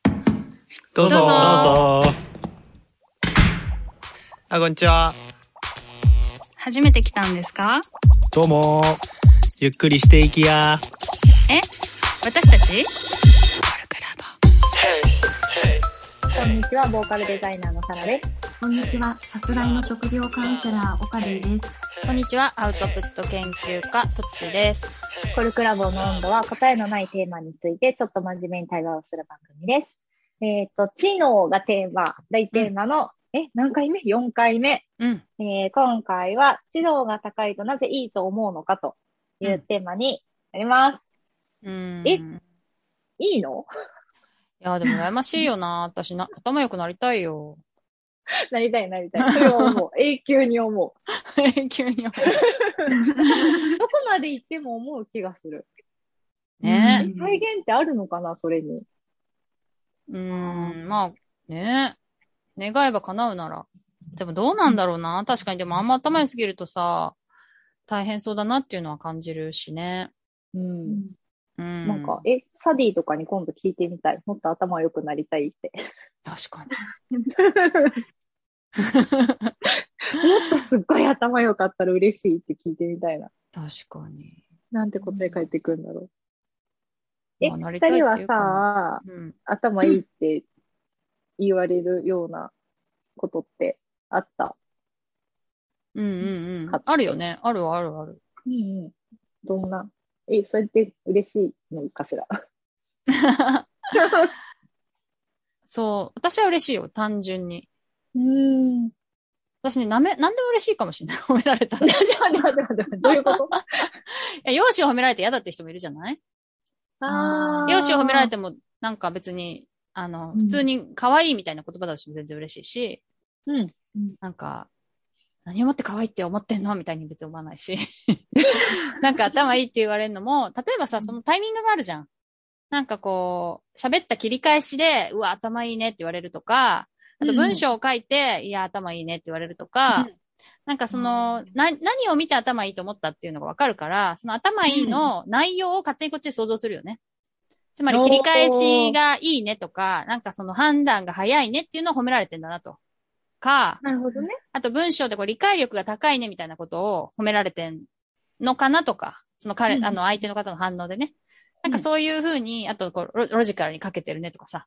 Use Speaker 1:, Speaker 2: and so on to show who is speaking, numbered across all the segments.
Speaker 1: どうぞ
Speaker 2: どうぞ
Speaker 1: あ、こんにちは。
Speaker 2: 初めて来たんですか
Speaker 1: どうも。ゆっくりしていきや。
Speaker 2: え私たちコルクラボ
Speaker 3: こんにちは、ボーカルデザイナーのサラです。
Speaker 4: こんにちは。さすらいの職業カウンセラー、オカリーです。
Speaker 5: こんにちは、アウトプット研究家、トッチーです。
Speaker 3: コルクラボの温度は答えのないテーマについてちょっと真面目に対話をする番組です。えっ、と、知能がテーマ、大テーマの、え、何回目 ?4 回目。
Speaker 5: うん。
Speaker 3: えー今回は知能が高いとなぜいいと思うのかといううんテーマになります。
Speaker 5: うん。
Speaker 3: え
Speaker 5: い
Speaker 3: いいの
Speaker 5: や、でも羨ましいよな。私な、頭良くなりたい よ。
Speaker 3: なりたいなりたい。それは思う。永久に思う。
Speaker 5: 急に。
Speaker 3: どこまで行っても思う気がする。
Speaker 5: ね
Speaker 4: うん
Speaker 3: 再現ってあるのかなそれに。
Speaker 5: うん、まあ、ね願えば叶うなら。でもどうなんだろうな。確かに、でもあんま頭良すぎるとさ、大変そうだなっていうのは感じるしね。
Speaker 3: うん。
Speaker 5: うん。
Speaker 3: なんか、え、サディとかに今度聞いてみたい。もっと頭良くなりたいって。
Speaker 5: 確かに。
Speaker 3: もっとすっごい頭良かったら嬉しいって聞いてみたいな。
Speaker 5: 確かに。
Speaker 3: なんて答え返ってくるんだろう。え、
Speaker 5: まあな
Speaker 3: 二
Speaker 5: りたいってい
Speaker 3: 人
Speaker 5: う
Speaker 3: は
Speaker 5: か
Speaker 3: さ、
Speaker 5: うん。
Speaker 3: 頭いいって言われるようなことってあった。
Speaker 5: うんうんうん。あるよね。あるはあるはあ る。
Speaker 3: うんうん。どんな。え、それって嬉しいのかし ら。
Speaker 5: そう。私は嬉しいよ。単純に。
Speaker 3: うん。
Speaker 5: 私ね、なめ、なんでも嬉しいかもしれない。褒められたら。い
Speaker 3: 待って待って待って待って。どういうこと
Speaker 5: や、容姿を褒められて嫌だって人もいるじゃない
Speaker 3: あ
Speaker 5: 容姿を褒められ
Speaker 3: て。
Speaker 5: ても、なんか別に、あの、
Speaker 4: うん
Speaker 5: 普通に可愛いみたいな言葉だとしても全然嬉しいし、
Speaker 3: うん。
Speaker 5: なんか、何をもって可愛いって思ってんのみたいに別に思わないし。 なんか頭いいって言われるのも、例えばさ、そのタイミングがあるじゃん。なんかこう、喋った切り返しで、うわ、頭いいねって言われるとか、あと文章を書いて、いや、頭いいねって言われるとか、なんかその、な、何を見て頭いいと思ったっていうのがわかるから、その頭いいの内容を勝手にこっちで想像するよね。つまり切り返しがいいねとか、なんかその判断が早いねっていうのを褒められてんだなと。か、
Speaker 3: なるほどね。
Speaker 5: あと文章でこう理解力が高いねみたいなことを褒められてんのかなとか、その彼、
Speaker 3: うん
Speaker 5: あの相手の方の反応でね。なんかそういうふうに、あとこうロロジカルにかけてるねとかさ。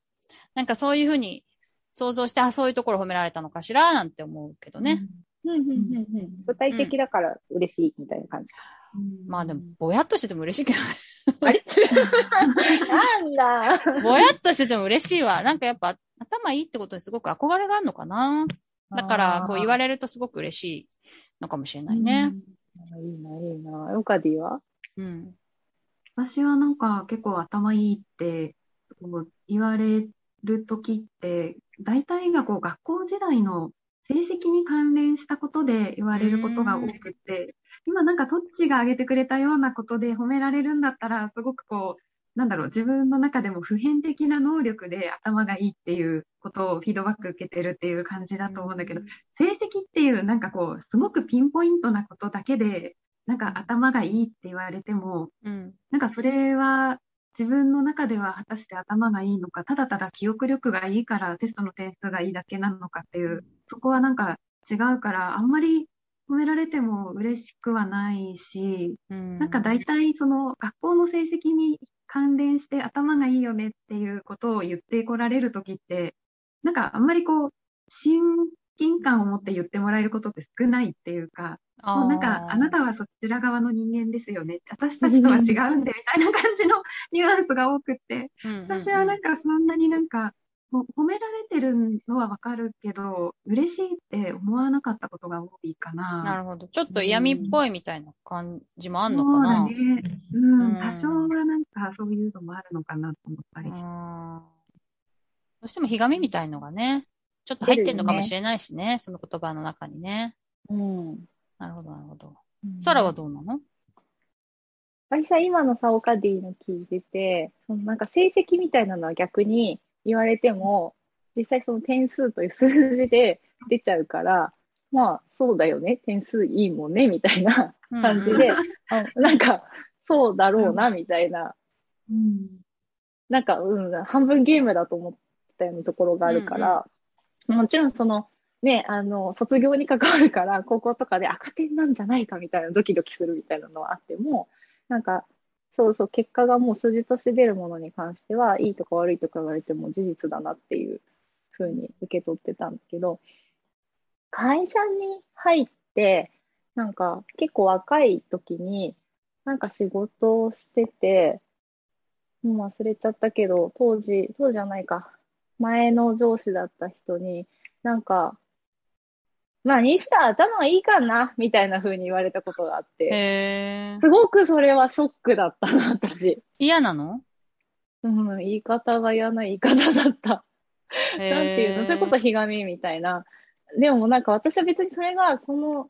Speaker 5: なんかそういうふうに想像して、あ、そういうところ褒められたのかしらなんて思うけどね。
Speaker 3: うんうんうんうん。具体的だから嬉しいみたいな感じ。
Speaker 4: うん。
Speaker 5: まあでも、ぼやっとしてても嬉しいけど ね。
Speaker 3: あれなんだ。
Speaker 5: ぼやっとしてても嬉しいわ。なんかやっぱ頭いいってことにすごく憧れがあるのかな。だから、こう言われるとすごく嬉しいのかもしれないね。
Speaker 3: あいいな、いいな。ヨカディは
Speaker 5: うん。
Speaker 4: 私はなんか結構頭いいってこう言われる時って、大体がこう学校時代の成績に関連したことで言われることが多くて、今なんかトッチが挙げてくれたようなことで褒められるんだったら、すごくこう、なんだろう、自分の中でも普遍的な能力で頭がいいっていうことをフィードバック受けてるっていう感じだと思うんだけど、成績っていうなんかこう、すごくピンポイントなことだけで、なんか頭がいいって言われても、
Speaker 5: うん。
Speaker 4: なんかそれは自分の中では果たして頭がいいのか、ただただ記憶力がいいからテストの点数がいいだけなのかっていう、そこはなんか違うから、あんまり褒められても嬉しくはないし、
Speaker 5: うん。
Speaker 4: なんか大体その学校の成績に関連して頭がいいよねっていうことを言ってこられるときって、なんかあんまりこう、親近感を持って言ってもらえることって少ないっていうか、もうなんか、あなたはそちら側の人間ですよね。私たちとは違うんで、みたいな感じの ニュアンスが多くって。私はなん
Speaker 5: か、
Speaker 4: かそんなになんか、もう褒められてるのはわかるけど、嬉しいって思わなかったことが多いかな。
Speaker 5: なるほど。ちょっと嫌味っぽいみたいな感じもあんの
Speaker 4: そう
Speaker 5: か
Speaker 4: だ
Speaker 5: な。
Speaker 4: ね。うん、
Speaker 5: うん
Speaker 4: 多少はなんかそういうのもあるのかなと思ったりして。
Speaker 5: うんどうしてもひがみみたいのがね、ちょっと入ってんのかもしれないしね、その言葉の中にね。
Speaker 3: うん。
Speaker 5: なるほど、なるほど。サラはどうなの
Speaker 3: 私さ、今のサオカディの聞いてて、そのなんか成績みたいなのは逆に言われても、実際その点数という数字で出ちゃうから、まあそうだよね、点数いいもんね、みたいな感じで、あなんかそうだろうな、みたいな、
Speaker 4: うん。
Speaker 3: なんか、うん、半分ゲームだと思ったようなところがあるから、もちろんその、ね、あの、卒業に関わるから、高校とかで赤点なんじゃないかみたいなドキドキするみたいなのはあっても、なんか、そうそう、結果がもう数字として出るものに関しては、いいとか悪いとか言われても事実だなっていうふうに受け取ってたんだけど、会社に入って、なんか結構若い時に、なんか仕事をしてて、もう忘れちゃったけど、当時、当時じゃないか、前の上司だった人に、なんか、まあ、西田頭いいかな、みたいな風に言われたことがあって、
Speaker 5: へえ。
Speaker 3: すごくそれはショックだったな、私。
Speaker 5: 嫌なの
Speaker 3: うん、言い方が嫌な言い方だった。
Speaker 5: なん
Speaker 3: なんていうの、それこそひがみみたいな。でもなんか私は別にそれが、その、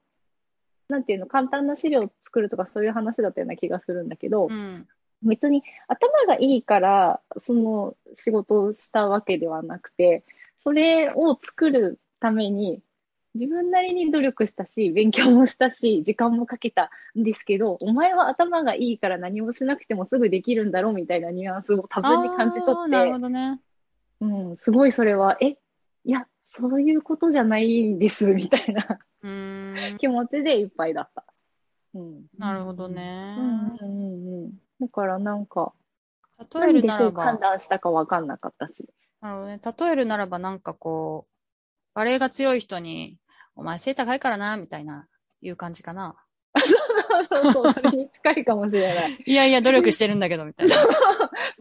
Speaker 3: なんていうの、簡単な資料を作るとかそういう話だったような気がするんだけど
Speaker 5: う、ん。
Speaker 3: 別に頭がいいから、その仕事をしたわけではなくて、それを作るために、自分なりに努力したし、勉強もしたし、時間もかけたんですけど、お前は頭がいいから何もしなくてもすぐできるんだろうみたいなニュアンスを多分に感じ取
Speaker 5: あ
Speaker 3: っ
Speaker 5: ー
Speaker 3: て
Speaker 5: な、るほどね。
Speaker 3: うん、すごいそれは、え、いや、そういうことじゃないんです、みたいな
Speaker 5: うーん。
Speaker 3: 気持ちでいっぱいだった。うん。
Speaker 5: なるほどね
Speaker 3: う。んうんうんうん。だからなんか、
Speaker 5: 例える
Speaker 3: な
Speaker 5: なん
Speaker 3: でそ
Speaker 5: ら
Speaker 3: う判
Speaker 5: ば、
Speaker 3: 断したかわかんなかった し。
Speaker 5: なるほどね。例えるならば、なんかこう、バレエが強い人に、お前背高いからな、みたいな、いう感じかな。
Speaker 3: そうそう、それに近いかもしれ ない。
Speaker 5: いやいや、努力してるんだけど、みたいな。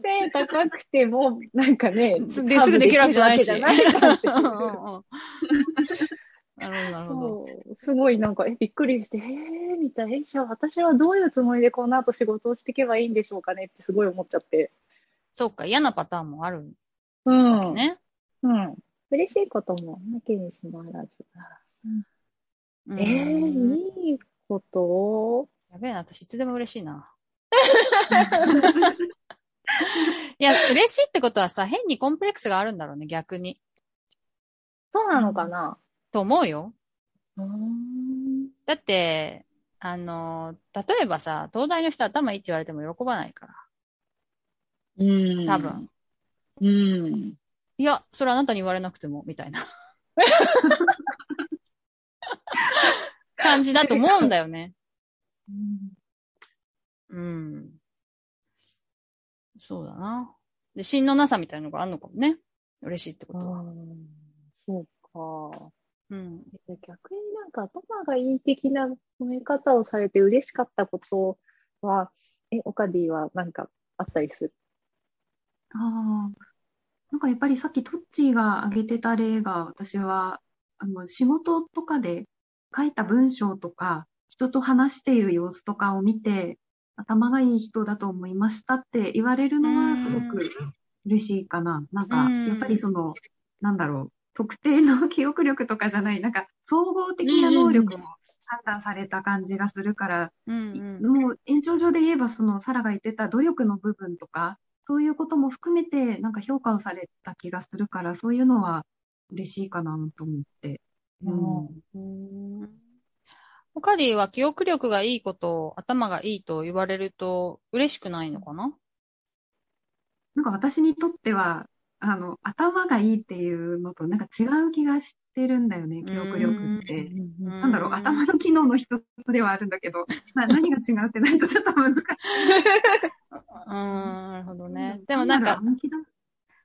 Speaker 3: 背高くても、なんかね、
Speaker 5: すですぐできるわけじゃ ないし。
Speaker 3: カーブできるわけじゃ
Speaker 5: う
Speaker 3: ない
Speaker 5: んう
Speaker 3: かって。
Speaker 5: んうんなるほど、なるほど。
Speaker 3: そう、すごいなんか、え、びっくりして、へえ、みたいな、え、じゃあ私はどういうつもりでこの後仕事をしていけばいいんでしょうかねってすごい思っちゃって。
Speaker 5: そうか、嫌なパターンもある
Speaker 3: うん。
Speaker 5: ね。
Speaker 3: うん。嬉しいこともなきにしもあらず。
Speaker 5: うん
Speaker 3: えー、いいこと
Speaker 5: やべえな、私いつでも嬉し いな。いや、嬉しいってことはさ、変にコンプレックスがあるんだろうね、逆に。
Speaker 3: そうなのかな
Speaker 5: と思うよ。
Speaker 3: うーん。
Speaker 5: だって、あの、例えばさ、東大の人頭いいって言われても喜ばないから、
Speaker 3: うん
Speaker 5: 多。分。
Speaker 3: うん。
Speaker 5: いや、それあなたに言われなくても、みたい な。感じだと思うんだよね。うん。そうだな。で、芯のなさみたいなのがあるのかもね。嬉しいってことは。
Speaker 3: あーそうか。
Speaker 5: うん。
Speaker 3: 逆になんか頭がいい的な褒め方をされて嬉しかったことは、え、オカディはなんかあったりする
Speaker 4: ああ、なんかやっぱりさっきトッチーが挙げてた例が、私は、あの、仕事とかで書いた文章とか、人と話している様子とかを見て、頭がいい人だと思いましたって言われるのはすごく嬉しいかな。なんか、やっぱりその、なんだろう、特定の記憶力とかじゃない、なんか総合的な能力を判断された感じがするから、
Speaker 5: うんうん。
Speaker 4: もう延長上で言えば、そのサラが言ってた努力の部分とか、そういうことも含めて、なんか評価をされた気がするから、そういうのは嬉しいかなと思って。うん。
Speaker 5: オカディは記憶力がいいことを頭がいいと言われると嬉しくないのかな
Speaker 4: なんか私にとっては、あの、頭がいいっていうのと、なんか違う気がしてるんだよね、記憶力っ
Speaker 5: う
Speaker 4: て。
Speaker 5: な
Speaker 4: なんだろう、頭の機能の一つではあるんだけど、 な何が違うってなるとちょっと難しい。
Speaker 5: うん、なるほどね。でもなん
Speaker 4: だろ
Speaker 5: か
Speaker 4: う、暗記だ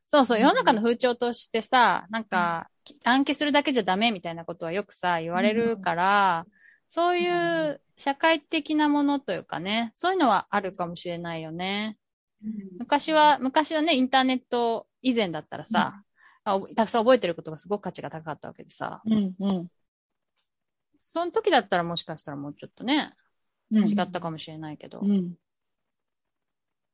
Speaker 5: そうそう、世の中の風潮としてさ、なんか、暗記するだけじゃダメみたいなことはよくさ、言われるから、そういう社会的なものというかね、そういうのはあるかもしれないよね。
Speaker 4: うん
Speaker 5: 昔は、昔はね、インターネット以前だったらさ、あおたくさん覚えてることがすごく価値が高かったわけでさ、
Speaker 3: うんうん。
Speaker 5: その時だったらもしかしたらもうちょっとね、
Speaker 3: うん
Speaker 5: 違ったかもしれないけど。
Speaker 3: うん。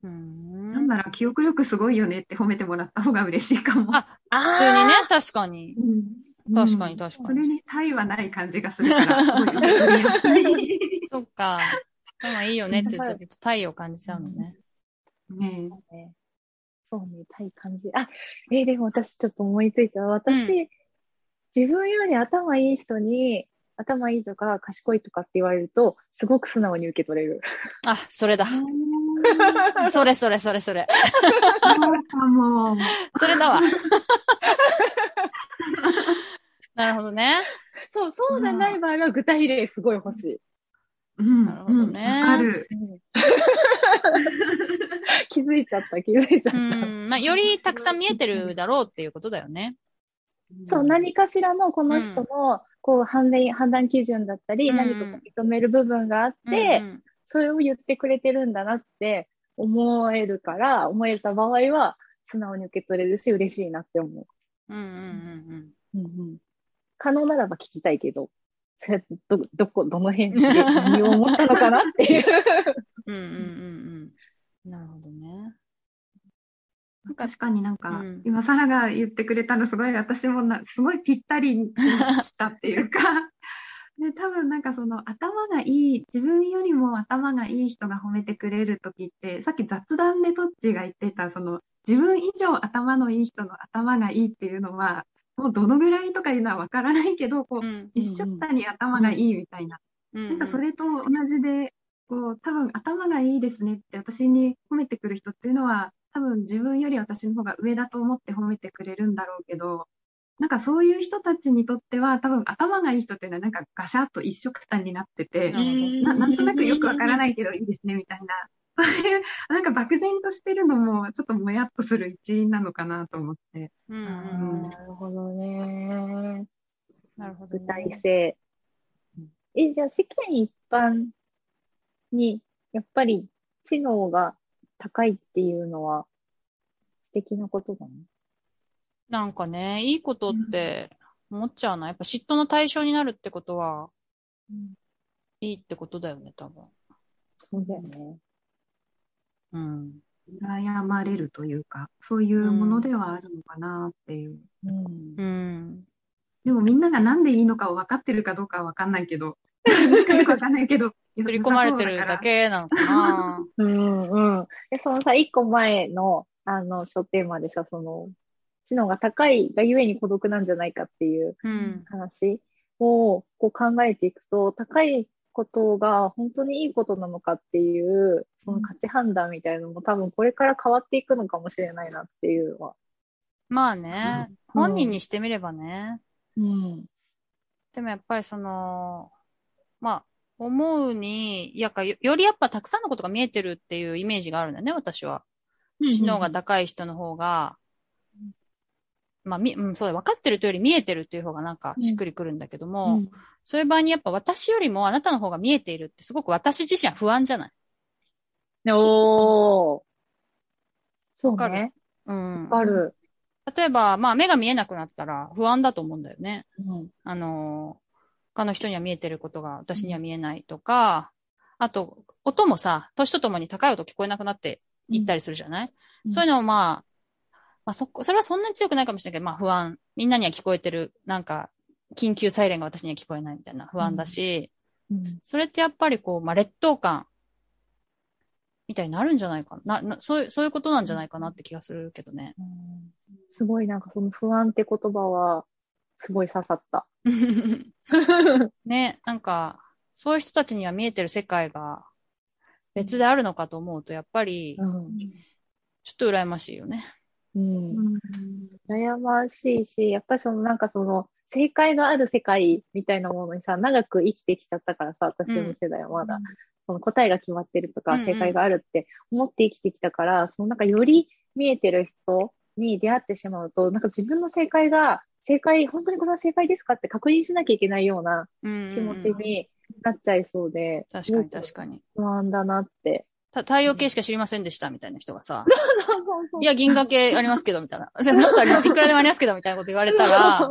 Speaker 5: うーん
Speaker 4: なんなら記憶力すごいよねって褒めてもらった方が嬉しいかも。
Speaker 5: あ普通にね、確かに。
Speaker 4: うん
Speaker 5: 確かに確か
Speaker 4: そ
Speaker 5: に。
Speaker 4: れに対はない感じがするから、すごい受け取りやすい。
Speaker 5: そっか。頭いいよねって言っちゃうと太陽を感じちゃうのね。
Speaker 4: ね
Speaker 3: ねそうね、たい感じ。あ、えーでも私ちょっと思いついた。私、
Speaker 5: う
Speaker 3: 自分より頭いい人に、頭いいとか賢いとかって言われると、すごく素直に受け取れる。
Speaker 5: あ、それだ
Speaker 4: え。
Speaker 5: それそれそれそれ。
Speaker 4: そうかも。
Speaker 5: それだ わ。なるほどね。
Speaker 3: そう、そうじゃない場合は具体例すごい欲しい。
Speaker 4: うん、
Speaker 5: なるほどね
Speaker 4: うんわかる。
Speaker 3: 気づいちゃった、気づいちゃっ
Speaker 5: う
Speaker 3: た。
Speaker 5: ん。まあ、よりたくさん見えてるだろうっていうことだよね。
Speaker 3: そう、何かしらのこの人の、こう判断、判断基準だったり、
Speaker 5: うん
Speaker 3: 何かこう認める部分があって、
Speaker 5: うんうん
Speaker 3: それを言ってくれてるんだなって思えるから、思えた場合は、素直に受け取れるし、嬉しいなって思う。
Speaker 5: うんうんうん
Speaker 3: 可能ならば聞きたいけど、 それど、どこ、どの辺 で身を持ったのかなっていう。
Speaker 5: うん。うんうんうんうん。なるほどね。
Speaker 4: 確かになんか、
Speaker 5: うん
Speaker 4: 今、サラが言ってくれたの、すごい私もな、すごいぴったりに来たっていうか、 で、多分なんかその頭がいい、自分よりも頭がいい人が褒めてくれるときって、さっき雑談でトッチが言ってた、その自分以上頭のいい人の頭がいいっていうのは、もうどのぐらいとかいうのはわからないけど、こう、
Speaker 5: ん。
Speaker 4: 一緒たに頭がいいみたいな。
Speaker 5: な
Speaker 4: なんかそれと同じで、こう、多分頭がいいですねって私に褒めてくる人っていうのは、多分自分より私の方が上だと思って褒めてくれるんだろうけど、なんかそういう人たちにとっては、多分頭がいい人っていうのはなんかガシャッと一色たに なってて、
Speaker 5: なるほど
Speaker 4: ななんとなくよくわからないけどいいですねみたいな、そういう、なんか漠然としてるのも、ちょっともやっとする一因なのかなと思って。
Speaker 5: うんうんうん
Speaker 3: なるほどね。
Speaker 5: なるほど
Speaker 3: 具
Speaker 5: ね。
Speaker 3: 体性
Speaker 4: うん。
Speaker 3: え、じゃあ世間一般にやっぱり知能が高いっていうのは素敵なことだね。
Speaker 5: なんかね、いいことって思っちゃうな。やっぱ嫉妬の対象になるってことは、
Speaker 3: うん
Speaker 5: いいってことだよね、多分。
Speaker 3: そうだよね。
Speaker 5: うん。
Speaker 4: 羨まれるというか、そういうものではあるのかなっていう。
Speaker 3: うん。
Speaker 5: うん。
Speaker 4: でもみんながなんでいいのかを分かってるかどうかは分かんないけ ど、なんかよく分かんないけど、
Speaker 5: 刷り込まれてるだけなのかな。
Speaker 3: うんうん。で、そのさ、一個前の、あの、書テーマでさ、その、知能が高いがゆえに孤独なんじゃないかっていう
Speaker 5: うん。
Speaker 3: 話をこう考えていくと、高いことが本当にいいことなのかっていう、その価値判断みたいなのも多分これから変わっていくのかもしれないなっていうのは。
Speaker 5: まあね、
Speaker 3: うん
Speaker 5: 本人にしてみればね。
Speaker 3: うん。
Speaker 5: でもやっぱりその、まあ、思うに、やっぱよよりやっぱたくさんのことが見えてるっていうイメージがあるんだよね、私は。知能が高い人の方が、まあ、み、うん、そうだ、分かってるというより見えてるっていう方がなんかしっくりくるんだけども、
Speaker 3: うん
Speaker 5: そういう場合にやっぱ私よりもあなたの方が見えているってすごく私自身は不安じゃない
Speaker 3: おー。そう
Speaker 5: わか
Speaker 3: ね。
Speaker 5: う
Speaker 3: わ。
Speaker 5: ん
Speaker 3: かる。
Speaker 5: 例えば、まあ目が見えなくなったら不安だと思うんだよね。
Speaker 3: うん。
Speaker 5: あの、他の人には見えてることが私には見えないとか、あと、音もさ、年とともに高い音聞こえなくなっていったりするじゃない、
Speaker 3: うん
Speaker 5: そういうのもまあ、まあそこ、それはそんなに強くないかもしれないけど、まあ不安。みんなには聞こえてる、なんか、緊急サイレンが私には聞こえないみたいな不安だし、
Speaker 3: うん。
Speaker 5: それってやっぱりこう、まあ劣等感、みたいになるんじゃないかな。な、なそういう、そういうことなんじゃないかなって気がするけどね。
Speaker 3: すごいなんかその不安って言葉は、すごい刺さった。
Speaker 5: ね、なんか、そういう人たちには見えてる世界が別であるのかと思うと、やっぱり、
Speaker 3: うん。
Speaker 5: ちょっと羨ましいよね。
Speaker 3: うん
Speaker 4: う。ん
Speaker 3: 悩ましいし、やっぱりそのなんかその正解がある世界みたいなものにさ、長く生きてきちゃったからさ、私の世代はまだ、その答えが決まってるとか、
Speaker 5: うんうん
Speaker 3: 正解があるって思って生きてきたから、そのなんかより見えてる人に出会ってしまうと、なんか自分の正解が、正解、本当にこれは正解ですかって確認しなきゃいけないような
Speaker 5: うん
Speaker 3: 気持ちになっちゃいそうで、
Speaker 5: 確かに確
Speaker 3: か
Speaker 5: かに。
Speaker 3: に。不安だなって。
Speaker 5: た太陽系しか知りませんでしたみたいな人がさ、
Speaker 3: い
Speaker 5: いや、銀河系ありますけど、みたいな。 それもっとありますいくらでもありますけど、み たいなこと言われたら、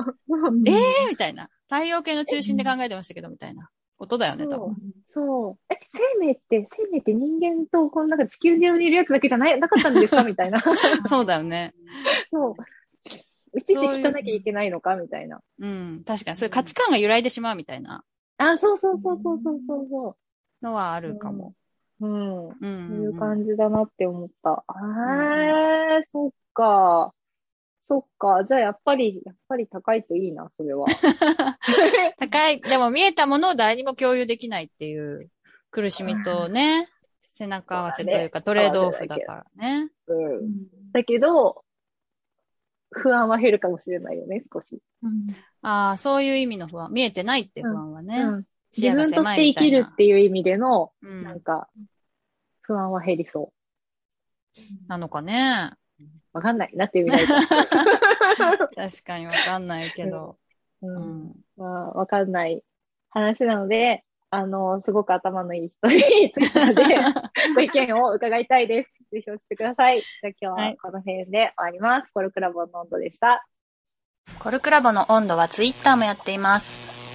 Speaker 5: えーみたいな。太陽系の中心で考えてましたけど、みたいなことだよね、多分。
Speaker 3: そう。え、生命って、生命って人間と、このなんか地球上にいるやつだけじゃない、なかったんですかみたい な。
Speaker 5: そうだよね。
Speaker 3: そう。いちいち聞かなきゃいけないのかみたいな。
Speaker 5: うん、確かに。そういう価値観が揺らいでしまうみたいな
Speaker 3: あ、そうそうそうそうそうそうそ
Speaker 5: のはあるかも。
Speaker 3: う。うん。
Speaker 5: うん
Speaker 3: そう
Speaker 5: うん
Speaker 3: い
Speaker 5: うん
Speaker 3: う感じだなって思った。あー、そっか。そっか。じゃあやっぱり、やっぱり高いといいな、それ は。
Speaker 5: 高い、でも見えたものを誰にも共有できないっていう苦しみとね、背中合わせというか、トレードオフだからね。
Speaker 3: うん。だけど、不安は減るかもしれないよね、少し。
Speaker 4: うん
Speaker 5: ああ、そういう意味の不安。見えてないって不安はね。
Speaker 3: うん
Speaker 5: 視野
Speaker 3: 自
Speaker 5: が
Speaker 3: 分とし
Speaker 5: 狭い
Speaker 3: て
Speaker 5: み
Speaker 3: 生
Speaker 5: たい
Speaker 3: き
Speaker 5: な
Speaker 3: るっていう意味での、
Speaker 5: う
Speaker 3: なん
Speaker 5: ん。
Speaker 3: か、不安は減りそう。
Speaker 5: なのかね。
Speaker 3: わかんない。なってみないと。
Speaker 5: 確かにわかんないけど。
Speaker 3: う。
Speaker 5: うんん。
Speaker 3: まあ、わかんない話なので、あの、すごく頭のいい人に、ツイッタ ーでご意見を伺いたいです。ぜひ教えてください。じゃあ今日はこの辺で終わります。コルクラボの温度でした。
Speaker 2: コルクラボの温度はツイッターもやっています。